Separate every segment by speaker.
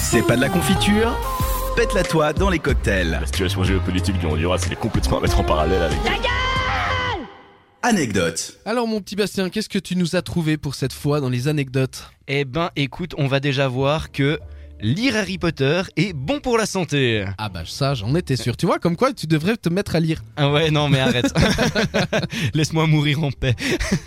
Speaker 1: C'est pas de la confiture Pète-la toi dans les cocktails.
Speaker 2: La situation géopolitique du Honduras, il est complètement à mettre en parallèle avec.
Speaker 1: Anecdote.
Speaker 3: Alors mon petit Bastien, qu'est-ce que tu nous as trouvé pour cette fois dans les anecdotes
Speaker 4: Eh ben écoute, on va déjà voir que lire Harry Potter est bon pour la santé.
Speaker 3: Ah bah ça, j'en étais sûr. Tu vois, comme quoi tu devrais te mettre à lire.
Speaker 4: Ah ouais, non mais arrête. Laisse-moi mourir en paix.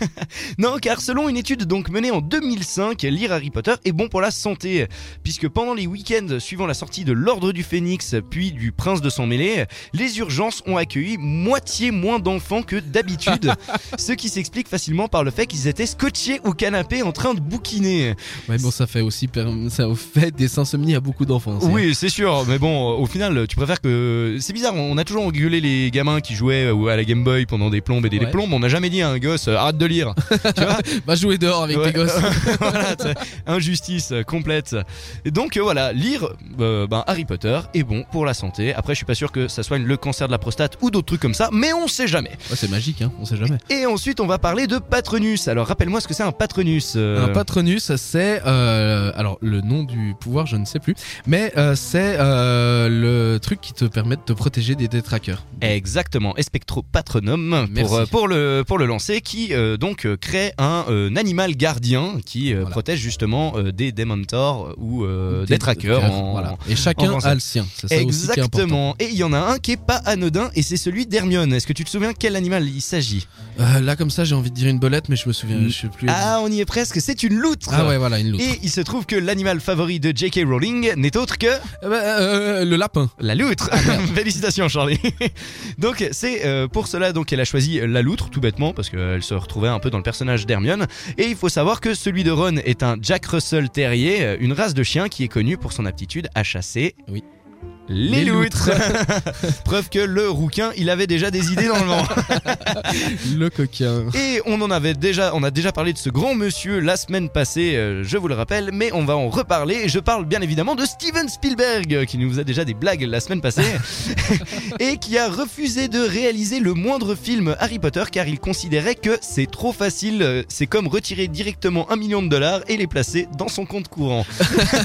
Speaker 4: non, car selon une étude donc menée en 2005, lire Harry Potter est bon pour la santé. Puisque pendant les week-ends suivant la sortie de l'Ordre du Phénix puis du Prince de Sang Mêlé, les urgences ont accueilli moitié moins d'enfants que d'habitude. ce qui s'explique facilement par le fait qu'ils étaient scotchés au canapé en train de bouquiner.
Speaker 3: Ouais bon, ça fait aussi perm- ça au fait des insomnies à beaucoup d'enfants. hein, c'est-
Speaker 4: Oui, c'est sûr, mais bon, euh, au final, tu préfères que. C'est bizarre, on a toujours engueulé les gamins qui jouaient ou à la Game Boy pendant des plombes et des
Speaker 3: Ouais.
Speaker 4: plombes, on n'a jamais dit à un gosse, euh, arrête de lire. tu vois
Speaker 3: Va jouer dehors avec
Speaker 4: Ouais.
Speaker 3: tes gosses.
Speaker 4: Voilà, t'sais, injustice euh, complète. Et donc, euh, voilà, lire euh, ben, Harry Potter est bon pour la santé. Après, je suis pas sûr que ça soigne le cancer de la prostate ou d'autres trucs comme ça, mais on sait jamais.
Speaker 3: Ouais, c'est magique, hein, on sait jamais.
Speaker 4: Et ensuite, on va parler de patronus. Alors, rappelle-moi ce que c'est un patronus. euh.
Speaker 3: Un patronus, c'est euh, alors le nom du pouvoir, je ne sais plus, mais euh, c'est euh, le truc qui te permet de te protéger des détraqueurs.
Speaker 4: Exactement, Espectro Patronum
Speaker 3: Merci.
Speaker 4: pour, euh, pour, le, pour le lancer qui euh, donc euh, crée un, euh, un animal gardien qui euh,
Speaker 3: Voilà.
Speaker 4: protège justement euh, des démentors ou euh, des,
Speaker 3: Des-
Speaker 4: trackers.
Speaker 3: des-
Speaker 4: en-
Speaker 3: voilà. Et chacun
Speaker 4: français.
Speaker 3: a le sien. C'est ça aussi qui est important.
Speaker 4: Exactement, et il y en a un qui est pas anodin et c'est celui d'Hermione. Est-ce que tu te souviens quel animal il s'agit
Speaker 3: Euh, là comme ça, j'ai envie de dire une bolette, mais je me souviens, je sais plus.
Speaker 4: Ah, on y est presque, c'est une loutre
Speaker 3: Ah ouais, voilà une loutre.
Speaker 4: Et il se trouve que l'animal favori de J.K. Rowling n'est autre que
Speaker 3: Eh ben, euh, le lapin.
Speaker 4: La loutre
Speaker 3: Ah,
Speaker 4: Félicitations Charlie Donc c'est euh, pour cela donc qu'elle a choisi la loutre tout bêtement parce qu'elle se retrouvait un peu dans le personnage d'Hermione et il faut savoir que celui de Ron est un Jack Russell Terrier, euh, une race de chien qui est connue pour son aptitude à chasser
Speaker 3: Oui. Les
Speaker 4: les, loutres, Preuve que le rouquin, il avait déjà des idées dans le vent.
Speaker 3: Le coquin.
Speaker 4: Et on en avait déjà, on a déjà parlé de ce grand monsieur la semaine passée, euh, je vous le rappelle, mais on va en reparler. Et je parle bien évidemment de Steven Spielberg, euh, qui nous faisait déjà des blagues la semaine passée, et qui a refusé de réaliser le moindre film Harry Potter car il considérait que c'est trop facile. euh, C'est comme retirer directement un million de dollars et les placer dans son compte courant.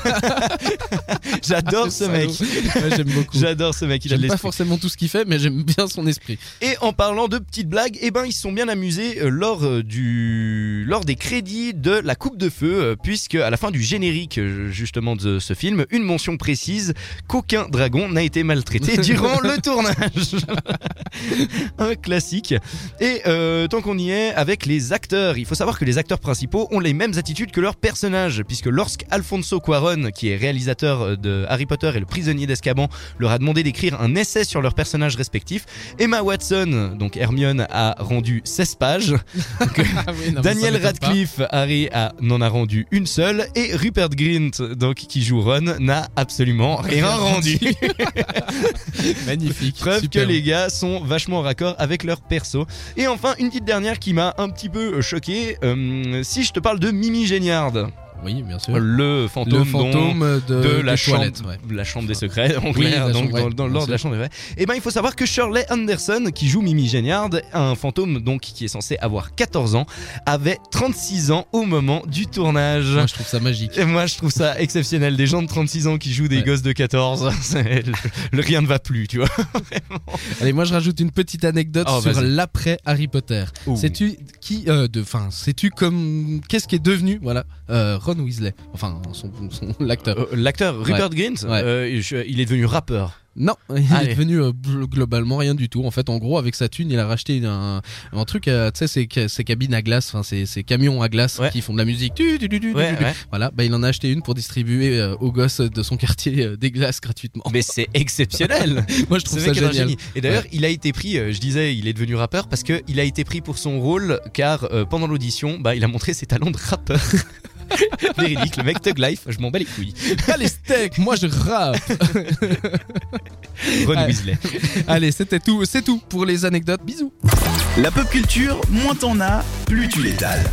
Speaker 4: J'adore ce mec.
Speaker 3: Ouais, j'aime beaucoup.
Speaker 4: J'adore ce mec, il a
Speaker 3: Ah,
Speaker 4: de
Speaker 3: J'aime pas
Speaker 4: l'esprit.
Speaker 3: forcément tout ce qu'il fait, mais j'aime bien son esprit.
Speaker 4: Et en parlant de petites blagues, eh ben ils se sont bien amusés euh, lors euh, du lors des crédits de la Coupe de Feu, euh, puisque à la fin du générique euh, justement de ce film, une mention précise qu'aucun dragon n'a été maltraité durant le tournage. Un classique. Et euh, tant qu'on y est, avec les acteurs, il faut savoir que les acteurs principaux ont les mêmes attitudes que leurs personnages, puisque lorsque Alfonso Cuaron, qui est réalisateur euh, de Harry Potter et le prisonnier d'Escaban, leur a demandé d'écrire un essai sur leurs personnages respectifs, Emma Watson, donc Hermione, a rendu 16 pages.
Speaker 3: Ah oui, non, mais ça
Speaker 4: Daniel
Speaker 3: m'étonne pas.
Speaker 4: Radcliffe, Harry, a, n'en a rendu une seule. Et Rupert Grint, donc, qui joue Ron, n'a absolument rien rendu.
Speaker 3: Magnifique.
Speaker 4: Preuve
Speaker 3: Super.
Speaker 4: que les gars sont vachement en raccord avec leur perso. Et enfin, une petite dernière qui m'a un petit peu euh, choqué. euh, si je te parle de Mimi Géniard,
Speaker 3: Oui, bien sûr.
Speaker 4: le fantôme,
Speaker 3: le
Speaker 4: dont-
Speaker 3: fantôme de,
Speaker 4: de
Speaker 3: des
Speaker 4: la chambre,
Speaker 3: toilettes, ouais.
Speaker 4: la chambre des secrets, en
Speaker 3: Oui,
Speaker 4: clair,
Speaker 3: la
Speaker 4: donc
Speaker 3: chambre,
Speaker 4: dans,
Speaker 3: ouais,
Speaker 4: dans
Speaker 3: bien
Speaker 4: l'ordre de la
Speaker 3: sûr.
Speaker 4: chambre des secrets. Et ben, il faut savoir que Shirley Anderson, qui joue Mimi Géniard, un fantôme donc qui est censé avoir 14 ans, avait 36 ans au moment du tournage.
Speaker 3: Moi, je trouve ça magique.
Speaker 4: Et moi, je trouve ça exceptionnel. Des gens de 36 ans qui jouent des
Speaker 3: Ouais.
Speaker 4: gosses de 14, c'est- le, le rien ne va plus, tu vois.
Speaker 3: Allez, moi, je rajoute une petite anecdote
Speaker 4: Oh,
Speaker 3: sur
Speaker 4: vas-y.
Speaker 3: l'après Harry Potter.
Speaker 4: Ouh.
Speaker 3: Sais-tu qui, euh, de, enfin, sais-tu comme qu'est-ce qui est devenu, voilà, euh, Ron Weasley, enfin, son, son- l'acteur.
Speaker 4: Euh, L'acteur Rupert Grint,
Speaker 3: Ouais.
Speaker 4: euh, je- il est devenu rappeur.
Speaker 3: Non, il
Speaker 4: Allez.
Speaker 3: est devenu euh, bl- globalement rien du tout. En fait, en gros, avec sa thune, il a racheté une- un, un truc, euh, tu sais, ces, ca- ces cabines à glace, enfin, ces, ces camions à glace
Speaker 4: Ouais.
Speaker 3: qui font de la musique. Tu, tu, tu, tu, tu, tu. Voilà, bah, il en a acheté une pour distribuer euh, aux gosses de son quartier euh, des glaces gratuitement.
Speaker 4: Mais c'est exceptionnel.
Speaker 3: Moi, je
Speaker 4: Ce
Speaker 3: trouve
Speaker 4: mec
Speaker 3: ça
Speaker 4: est un
Speaker 3: génial.
Speaker 4: génie. Et d'ailleurs, il a été pris. euh, Je disais, il est devenu rappeur parce que il a été pris pour son rôle car euh, pendant l'audition, bah, il a montré ses talents de rappeur. Véridique, le mec Thug Life, je m'en bats les couilles.
Speaker 3: Pas les steaks, moi je rappe.
Speaker 4: Ron
Speaker 3: Ouais.
Speaker 4: Weasley.
Speaker 3: Allez, c'était tout, c'est tout pour les anecdotes. Bisous.
Speaker 1: La pop culture, moins t'en as, plus tu l'étales.